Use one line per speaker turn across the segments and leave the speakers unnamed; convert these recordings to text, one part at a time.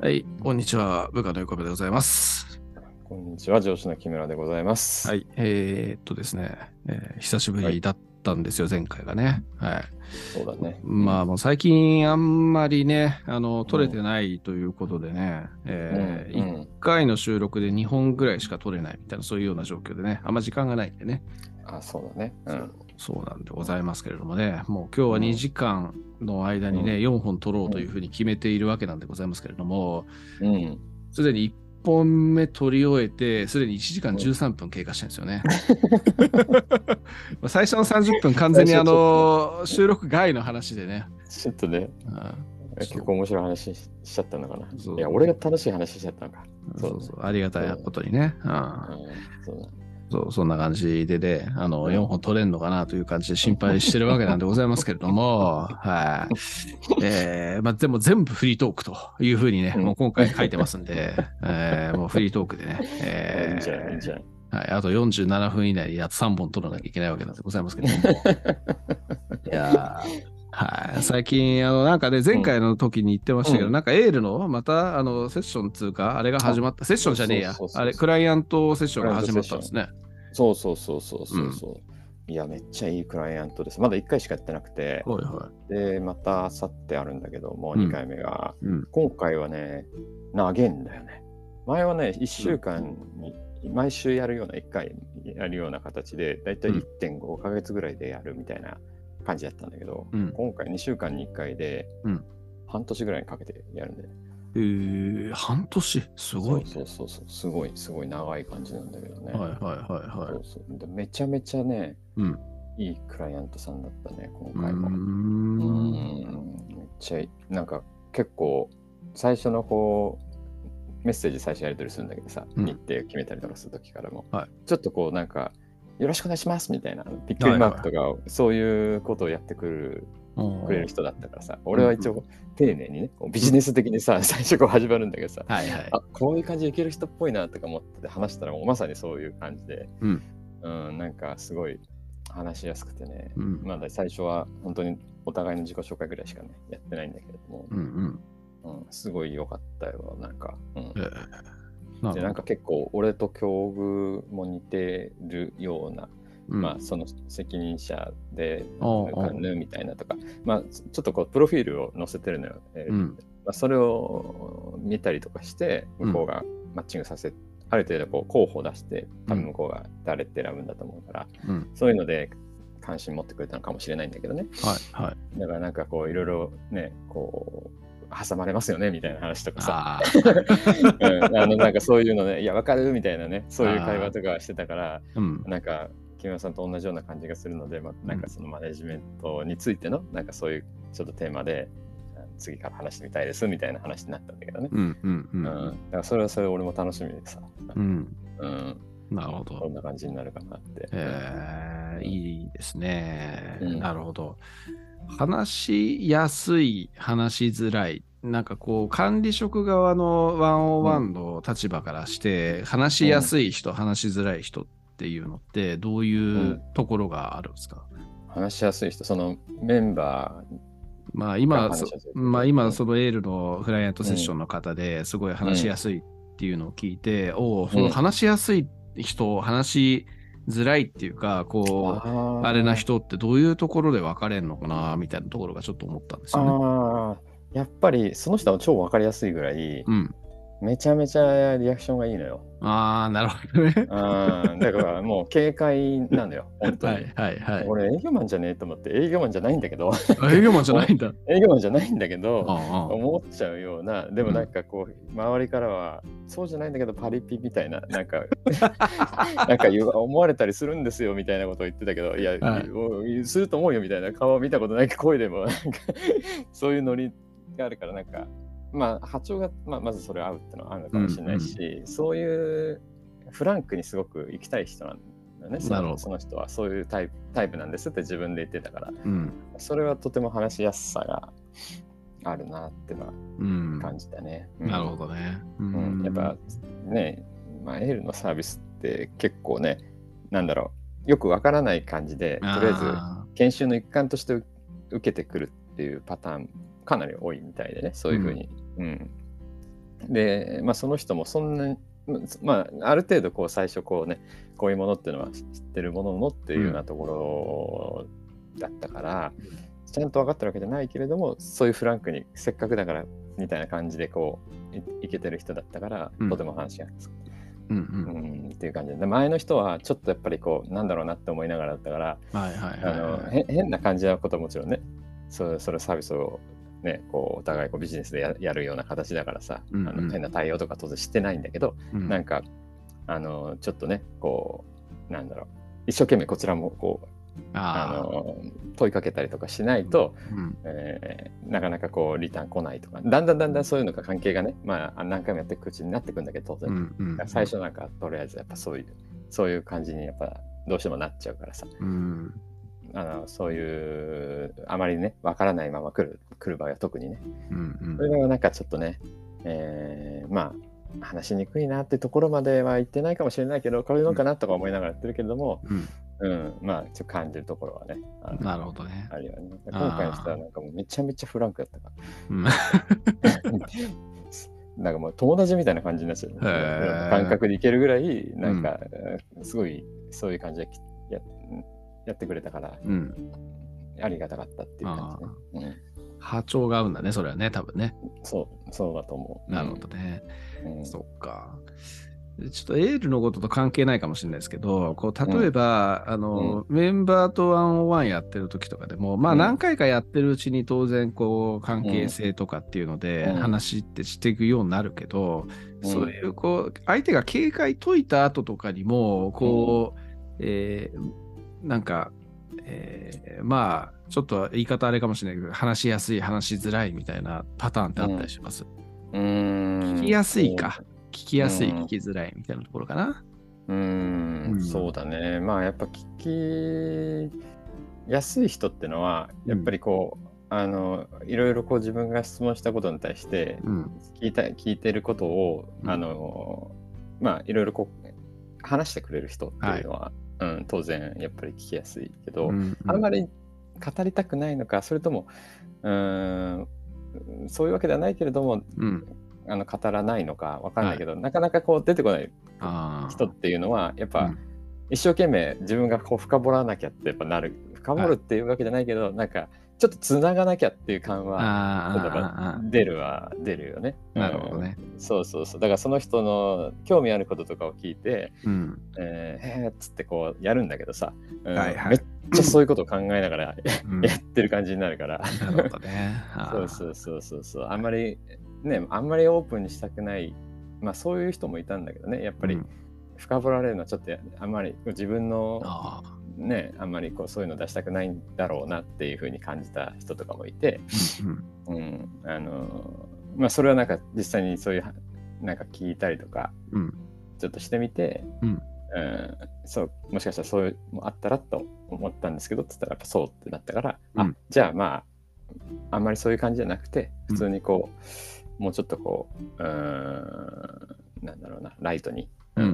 はい、こんにちは。部下の横部でございます。
こんにちは、上司の木村でございます。
はい。えー、っとですね、えー久しぶりだったんですよ、前回がね。はい。
そうだね。
まあ、もう最近あんまりね、あの、撮れてないということでね、え
うん
1
うん
回の収録で2本ぐらいしか撮れないみたいな、そういうような状況でね、あんま時間がないんでね。
あ、そうだね。うん。
そうなんでございますけれどもね、もう今日は2時間の間にね、
うん
4本撮ろうというふうに決めているわけなんでございますけれども、
うん。
すでに1本目取り終えて、すでに1時間13分経過してるんですよ ね。まあ最初の30分、完全にあの収録外の話でね。
ちょっとね、
うん
結構面白い話ししちゃったのかな。
そう
いや、俺が楽しい話しちゃったのか。
そ
そう
うそう、ありがたいことにね。うん
うん、そうだ。
そうそんな感じでね、あの、
うん
4本取れんのかなという感じで心配してるわけなんでございますけれど も、はい。えー、まあ、でも全部フリートークというふうにね、
うん
もう今回書いてますんで、えーもうフリートークでね、
いい
え
んじゃない、いいん
ー
じゃない。
はい、あと47分以内にあと3本取らなきゃいけないわけなんでございますけど も。いやーはい、最近、あの、なんかね、前回の時に言ってましたけど、
うん
なんかエールの、また、あの、セッション通か、あれが始まった、セッションじゃねえや
そうそうそう、そう
あれ、クライアントセッションが始まったんですね。
そうそうそうそうそうそう。いや、めっちゃいいクライアントです。まだ1回しかやってなくて、
はいはい。
で、またあさってあるんだけど、もう2回目が。
うん。
今回はね、投げんだよね。前はね、1週間に、毎週やるような、1回やるような形で、だいたい
うん
1.5ヶ月ぐらいでやるみたいな感じだったんだけど、
うん
今回2週間に1回で
うん、
半年ぐらいかけてやるんだよね。
えー、半年、すごいね。
そうそうそうそう、すごい、すごい長い感じなんだけどね。
はいはいはい
そ
は
うそうでめちゃめちゃね、
い。うん。
いいクライアントさんだったね、
う
今
ー
回も。
ん。
めっちゃいいなんか結構最初のこうメッセージ最初やり取りするんだけどさ、
うん
日程決めたりとかするときからも、
はい
ちょっとこうなんかよろしくお願いしますみたいなびっくりマークとか、そういうことをやってくる
お
くれる
ー
人だったからさ俺は一応丁寧にねこうビジネス的にさ、 最初こう始まるんだけどさ、
はいはい。
あこういう感じでいける人っぽいなとか思ってて話したらもうまさにそういう感じで、
うん
うんなんかすごい話しやすくてね、
うん。
まだ最初は本当にお互いの自己紹介ぐらいしかね、やってないんだけれども
う、んうん。
うん、すごい良かったよ、なんか。うん
えーな
でなんか結構俺と境遇も似てるような、
うん
まあその責任者で
おうおう
なんかぬみたいなとか、まあちょっとこうプロフィールを載せてるのよ、えー
うん。
まあ、それを見たりとかして
うん
向こうがマッチングさせ、ある程度こう候補出して多
う
分
ん
向こうが誰って選ぶんだと思うから、
うん
そういうので関心持ってくれたのかもしれないんだけどね
はいはい。
だからなんかこういろいろねこう挟まれますよねみたいな話とかさ、
ああ。
うんあのなんかそういうのねいやわかるみたいなねそういう会話とかしてたから
うん。
なんか木村さんと同じような感じがするので、まあ、なんかそのマネジメントについての、なんかそういうちょっとテーマであ次から話してみたいですみたいな話になったんだけどね、
うんうんう
うんん
うん。
だからそれはそれで俺も楽しみでさ、
うん。
うん、
なるほど
ど。んな感じになるかなって、
えーいいですね、
うん
なるほど。話しやすい、話しづらい。なんかこう管理職側の101の立場からして、話しやすい人、話しづらい人っていうのってどういうところがあるんですか、
話しやすい人そのメンバ
まあ
いや
今
話し
そ
やすい、
まあ今そのエールのクライアントセッションの方ですごい話しやすいっていうのを聞いて、おお、その話しやすい人、話しづらいっていうか、
ー
こう、
あ
あれな人ってどういうところで分かれるのかなみたいなところがちょっと思ったんです
あ
よね。
ーやっぱりその人は超わかりやすいぐらい
うん、
めちゃめちゃリアクションがいいのよ
ああ、なるほど ね。
うんだからもう警戒なんだよ、本当
は
に。
いはいは
俺営業マンじゃねえと思って営業マンじゃないんだけど
い。営業マンじゃないん だ。
営業マンじゃないんだけど
ああ
思っちゃうようなでもなんかこう周りからはそうじゃないんだけどパリピみたいななん かなんか言わ思われたりするんですよみたいなことを言ってたけどいや、
はい
おすると思うよみたいな顔を見たことないけど声でもなんか そういうノリがあるからなんかまあ波長が、まあ、まずそれ合うってのはあるのかもしれないし、そういうフランクにすごく行きたい人なんだよねその
なるほど
その人はそういうタイプタイプなんですって自分で言ってたから。
うん
それはとても話しやすさがあるなってのは
うん。
感じたね。うん
なるほどね。う
うんやっぱね、まあ、エールのサービスって結構ね、なんだろう、よくわからない感じで、とり
あ
あえず研修の一環として受受けてくるっていうパターン、かなり多いみたいでね、そういうふうに。うんで、まあ、その人もそんなに、まあ、ある程度こう最初こうねこういうものっていうのは知ってるもののっていうようなところだったから、ちゃんと分かってるわけじゃないけれどもそういうフランクにせっかくだからみたいな感じでこういいけてる人だったから
うん
とても話が、
うんう。
うんん、っていう感じでで前の人はちょっとやっぱりこうなんだろうなって思いながらだったから
はいはい
あ
はい
の
はい。
へ変な感じなことはもちろんねそそれサービスを、ね、こうお互いこうビジネスでややるような形だからさ、
うんうん
あの変な対応とか当然してないんだけど、
うん
なんかあのちょっとねこうなんだろう一生懸命こちらもこうあ
あ
の問いかけたりとかしないと、
ーうん
えーなかなかこうリターン来ないとかだんだんだんだんそういうのが関係がね、まあ、何回もやっていくうちになってくんだけど当然、
うんうん
だから最初なんかとりあえずやっぱそういうそういう感じにやっぱどうしてもなっちゃうからさ
うん
あのそういうあまりねわからないまま来る来る場合は特にね
うんうん
それがなんかちょっとね、えーまあ話しにくいなってところまでは言ってないかもしれないけどこういうのかなとか思いながらやってるけれども、
うん
うんまあちょっと感じるところはねあの
なるほどね。
あるよね
あー
今回の人はなんかもうめちゃめちゃフランクだったから
うん
なんかもう友達みたいな感じになっちゃう、
ー
感覚でいけるぐらいなんか、えーすごいそういう感じできややってくれたから
うん
ありがたかったっていう感じね、
波長が合うんだね、それはね、多分ね。
うん、そうそうだと思う
なるほどね。
うんうん
そっか。ちょっとエールのことと関係ないかもしれないですけど、こう例えば、あのメンバーとワンオンワンやってる時とかでも、まあ
うん
何回かやってるうちに当然こう関係性とかっていうので
うん
話ってしていくようになるけど、
うん
そういうこう相手が警戒解いた後とかにもこう、えーなんか、えーまあちょっと言い方あれかもしれないけど話しやすい話しづらいみたいなパターンってあったりします、
うーん
聞きやすいか。聞きやすい、
うん
聞きづらいみたいなところかな。
うーん、
うん
そうだねまあやっぱ聞きやすい人ってのはやっぱりこう、あのいろいろこう自分が質問したことに対して
うん。
聞いた聞いてることを、
うん
あのまあいろいろこう話してくれる人っていうのは、うん、当然やっぱり聞きやすいけど、
うん
あんまり語りたくないのかそれともうーんそういうわけではないけれども
うん。
あの語らないのかわかんないけど、なかなかこう出てこない
ああ。
人っていうのはやっ
う
ぱ
ん
一生懸命自分がこう深掘らなきゃってやっぱなる深掘るっていうわけじゃないけど、なんかちょっとつながなきゃっていう感は
あー
例えば
あーあー
出るは出るよね。
なるほどね。
うん。そうそうそうだからその人の興味あることとかを聞いて
うん。
「えー、へーっつってこうやるんだけどさ、うん
はいはい
めっちゃそういうことを考えながら
うん
やってる感じになるから。
なるほどね。あ
そ
ー
うそうそうそうそうあんまりねあんまりオープンにしたくないまあそういう人もいたんだけどねやっぱ
う
り
ん
深掘られるのはちょっとあんまり自分の
あ
ねあんまりこうそういうの出したくないんだろうなっていうふうに感じた人とかもいて、
ーうん
うんあのまあ、それはなんか実際にそういうなんか聞いたりとか
うん。
ちょっとしてみて、
うん
うんそうもしかしたらそういうのもあったらと思ったんですけどっつったらやっぱそうってなったから、
う
あ
ん
じゃあまああんまりそういう感じじゃなくて
うん
普通にこう、もうちょっとこううーんなんだろうなライトに、
う
うんん
う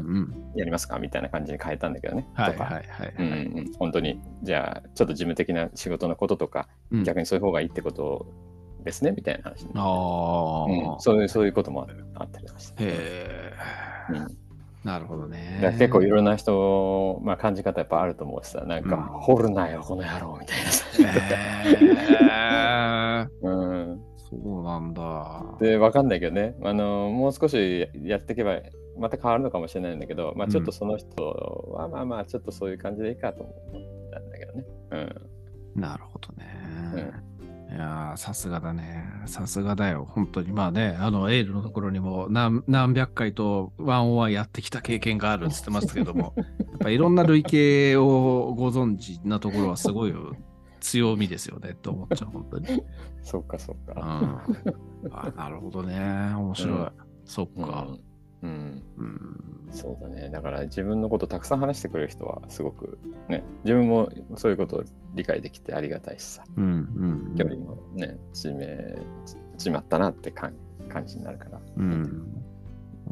ん。
やりますかみたいな感じに変えたんだけどね。
はい
とか
はいはい
うん
はい。
うん、本当にじゃあちょっと事務的な仕事のこととか、
うん
逆にそういう方がいいってことですねみたいな話になって
あ
うん、
あ。
そういうそういうこともあるあったりとかして、
へ
う
え。
ん、
なるほどね
だから。結構いろんな人、まあ、感じ方やっぱあると思うしさなんか、
うん
掘るなよこの野郎みたいなさ、
へー
うん、
そうなんだ。
でわかんないけどねあのもう少しやっていけばまた変わるのかもしれないんだけど、まあ、ちょっとその人は、まあまあちょっとそういう感じでいいかと思ったんだけどね、うん、
なるほどね。いやーさすがだね。さすがだよ。本当に。まあね、あの、エールのところにも何何百回とワンオンワンやってきた経験があるって言ってましたけど も、やっぱいろんな類型をご存知なところはすごい強みですよねって思っちゃう、本当に。うん。
そっかそっか、
あなるほどね。面白い。
うん
そっか。
うんうん
うん。
そうだねだから自分のことたくさん話してくれる人はすごくね自分もそういうことを理解できてありがたいしさ
うん。うん。
距離もね、縮め縮まったなって感感じになるから。
うん。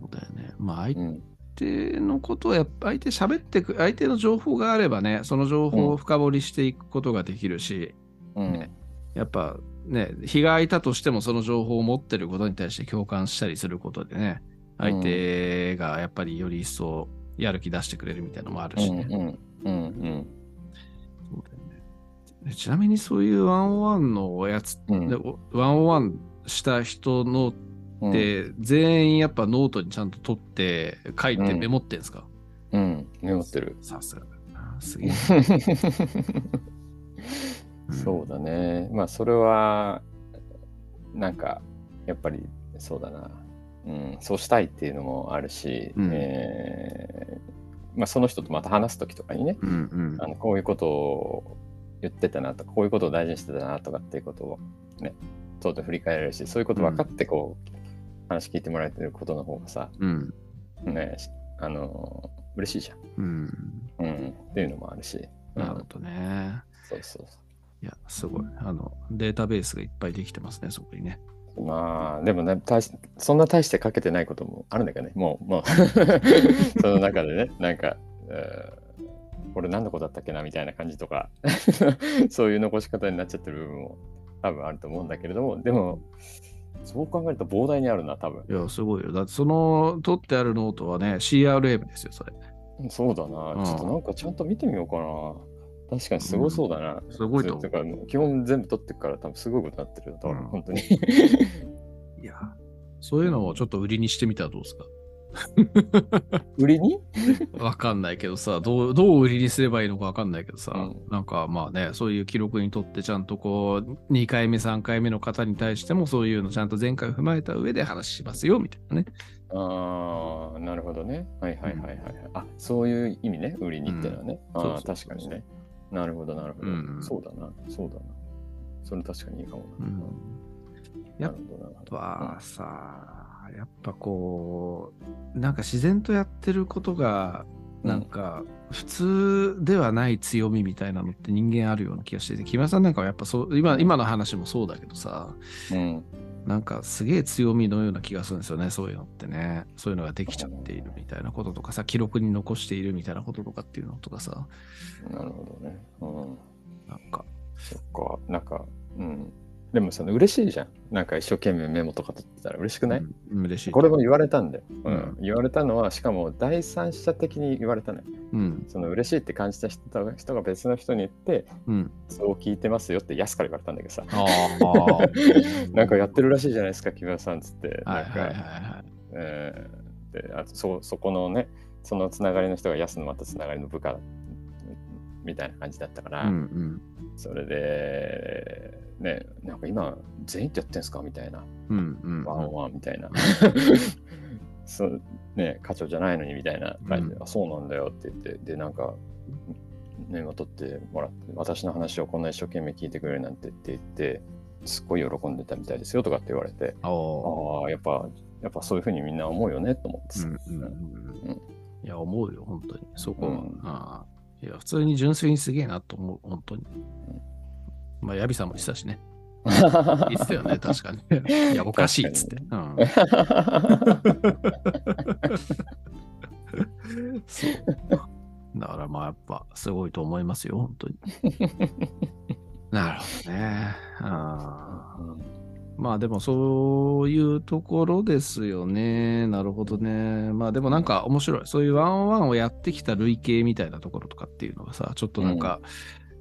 そうだよね。まあ、相
うん。
相手のことをやっぱ相手喋ってく相手の情報があればねその情報を深掘りしていくことができるし、
うん。
やっぱね、日が空いたとしてもその情報を持ってることに対して共感したりすることでね、相手がやっぱりより一層やる気出してくれるみたいなのもあるしね。
うんうんうん
そうだよねちなみにそういう101のおやつ、
うん
でお101した人の
うん
って、全員やっぱノートにちゃんと取って書いて
うん
メモってんすか、
うんメモってる
さすがだな。すげえ。
そうだねまあそれはなんかやっぱりそうだな、うん、そうしたいっていうのもあるし、
うん
えーまあ、その人とまた話す時とかにね
うんうん
あのこういうことを言ってたなとかこういうことを大事にしてたなとかっていうことをね当然振り返れるしそういうこと分かってこう、話聞いてもらえてることの方がさ、
うん
ね、しあの嬉しいじ
うん。
ゃん、うん、っていうのもあるし、うん、
なるほどね。
そうそうそう
いや、すごい。あの、データベースがいっぱいできてますね、そこにね。
まあ、でもね、大しそんな大してかけてないこともあるんだけどね、もう、もうその中でね、なんか、えーこれ何のことだったっけなみたいな感じとか、 そういう残し方になっちゃってる部分も多分あると思うんだけれども、でも、そう考えると膨大にあるな、多分。
いや、すごいよ。だってその取ってあるノートはね、CRM ですよ、それ。
そうだな、
うん
ちょっとなんかちゃんと見てみようかな。確かにすごそうだな。
すごいと思
だからもう基本全部取ってくから多分すごいことになってるよ、多分、
うん
本当に。
う。いや、そういうのをちょっと売りにしてみたらどうですか
売りに
わかんないけどさ、どう、どう売りにすればいいのかわかんないけどさ、
うん
なんかまあね、そういう記録にとってちゃんとこう、2回目、3回目の方に対してもそういうのちゃんと前回踏まえた上で話しますよ、みたいなね。
ああ、なるほどね。はいはいはいはい。はいあそういう意味ね、売りにってのはね。
うんそ
ああ、
うそうそう
確かにね。なるほど、なるほど、
うんうん
そうだな、そうだな。それ確かにいいかも
う
な。
ん。やっ
なるほど、なるほど。
はさ、やっぱこう、なんか自然とやってることが、なんか普通ではない強みみたいなのって人間あるような気がしてて、木村さんなんかはやっぱそう、今、今の話もそうだけどさ、
うん。
なんかすげえ強みのような気がするんですよね、そういうのってね。そういうのができちゃっているみたいなこととかさ、記録に残しているみたいなこととかっていうのとかさ、
なるほどね。うん。
なんか、
そっか、なんか、うん。でも、その嬉しいじゃん。なんか一生懸命メモとか取ってたら嬉しくない、
うん嬉しい。
これも言われたんだよ、うん。
うん
言われたのは、しかも第三者的に言われたのよ。
うん、
その嬉しいって感じた人と人が別の人に言って、
うん。
そう聞いてますよって安から言われたんだけどさ。
あ あ
なんかやってるら
し
しいじゃないですか、木村さんっつって。
はいはい
なん
はい
か、
はい。
えーであとそそこのね、そのつながりの人が安沼とつながりの部下みたいな感じだったから、
うんうん
それで、ね、なんか今、全員ってやってんすかみたいな、
うんうん
ワンオンワンみたいな。 そうね、課長じゃないのにみたいな感じで、
う
あそうなんだよって言って、で、なんか、メモ取ってもらって、私の話をこんな一生懸命聞いてくれるなんてって言って、すっごい喜んでたみたいですよとかって言われて、
おー
ああ、やっぱ、やっぱそういうふうにみんな思うよねと思って
う
さ。
んうんうん
うん
いや、思うよ、本当に。そこは。
うん
あーいや、普通に純粋にすげえなと思う、本当に。まあ、ヤビさんも言ってたしね。 言ってたよ ね、確かに。いや、おかしいっつって。うんそう。だからまあやっぱすごいと思いますよ、本当に。なるほどね。あーまあでもそういうところですよね。なるほどね。まあでもなんか面白い。そういうワンオンワンをやってきた類型みたいなところとかっていうのがさ、ちょっとなんか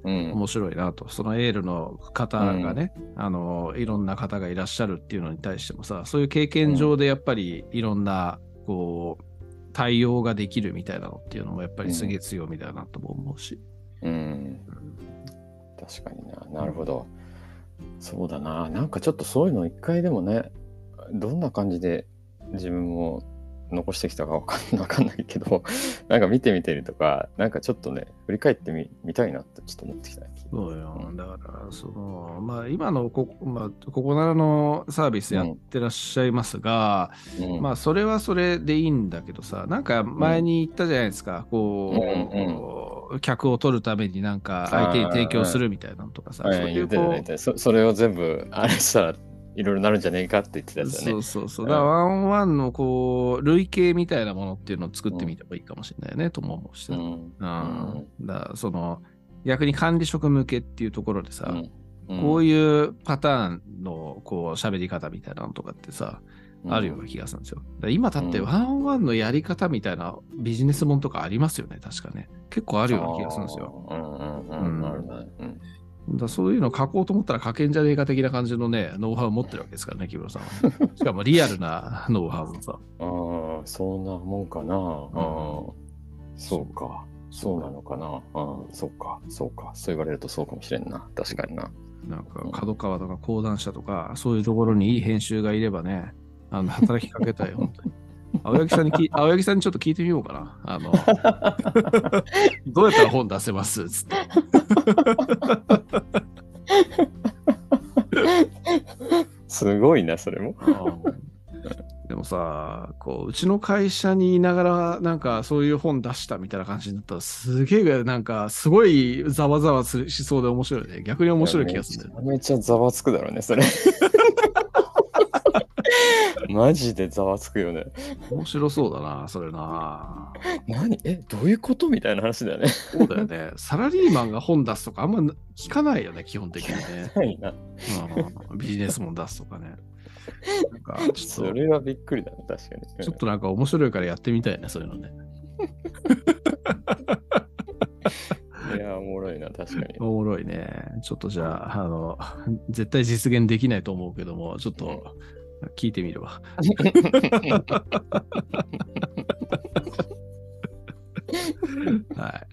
うん、
面白いなと。そのエールの方がね、あの、いろんな方がいらっしゃるっていうのに対してもさ、そういう経験上でやっぱりいろんな、こう、対応ができるみたいなのっていうのもやっぱりすげえ強みだなとも思うし。
うん、確かにな。なるほど。そうだな。なんかちょっとそういうの一回でもね、どんな感じで自分も残してきたかわかんわかんないけど、 なんか見てみてるとか、なんかちょっとね、振り返ってみ見たいなってちょっと思ってきた。
そうよ。だから、その、まあ今のここ、まあ、ここならのサービスやってらっしゃいますが、
うん
まあそれはそれでいいんだけどさ、なんか前に言ったじゃないですか、こう、
うんうん
客を取るためになんか相手に提供するみたいなのとかさ、
は
そう
い、
い
言
う
って
こ
たね
う、
言ってたねそそれを全部あれしたらいろいろなるんじゃねえかって言ってたやつだ
そ
ね
う。そうそう。
うん
だからワンオンワンのこう、類型みたいなものっていうのを作ってみてもいいかもしれないね、とも思うしさ。
うん
うんだからその、逆に管理職向けっていうところでさ、
うん
こう
い
いうパターンのこう喋り方みたいなのとかってさ、
うん
あるような気がするんですよ。だから今だって
うん
ワンオンワンのやり方みたいなビジネス本とかありますよね、確かね。結構あるような気がするんですよ。
あー。うんうんうん、なるほどねうん
だからそういうの書こうと思ったら書けんじゃねえか的な感じのね、ノウハウを持ってるわけですからね、木村 さんは。しかもリアルなノウハウをさ。
ああ、そんなもんかな。うん、そうか。そうなのかな。うん、そうか。そうか。そう言われるとそうかもしれんな。確かにな。
なんか角川とか講談社とか、そういうところにいい編集がいればね、あの働きかけたい、本当 に。青柳さんにき、青柳さんにちょっと聞いてみようかな。あの、どうやったら本出せますつって。
すごいな、それも。
でもさ、こう、うちの会社にいながら、なんかそういう本出したみたいな感じになったら、すげえ、なんか、すごいざわざわするしそうで面白いね。逆に面白い気がするんだよね。
めちゃめちゃざわつくだろうね、 それ。マジでざわつくよね。
面白そうだな、それな。
何え、どういうことみたいな話だよね。
そうだよね。サラリーマンが本出すとか、あんま聞かないよね、基本的にね。
ないな。
うんビジネスも出すとかね。なんか、ち
そ
ょっと、
れはびっくりだね、確かに。
ちょっとなんか面白いからやってみたいね、そういうのね。
いや、おもろいな、確かに。
おもろいね。ちょっとじゃあ、あの、 絶対実現できないと思うけども、ちょっと聞いてみるわ。は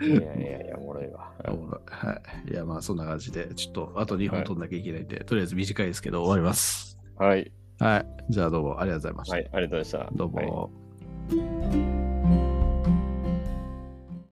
うんいやいやいや、おもろいわ。
い。おもろい。はい。いや、まあそんな感じで、ちょっとあと2本取んなきゃいけないんで、とりあえず短いですけど終わります。
はい、
はい。じゃあどうもありがとうございました。
はい、ありがとうございました。
どうも。
はい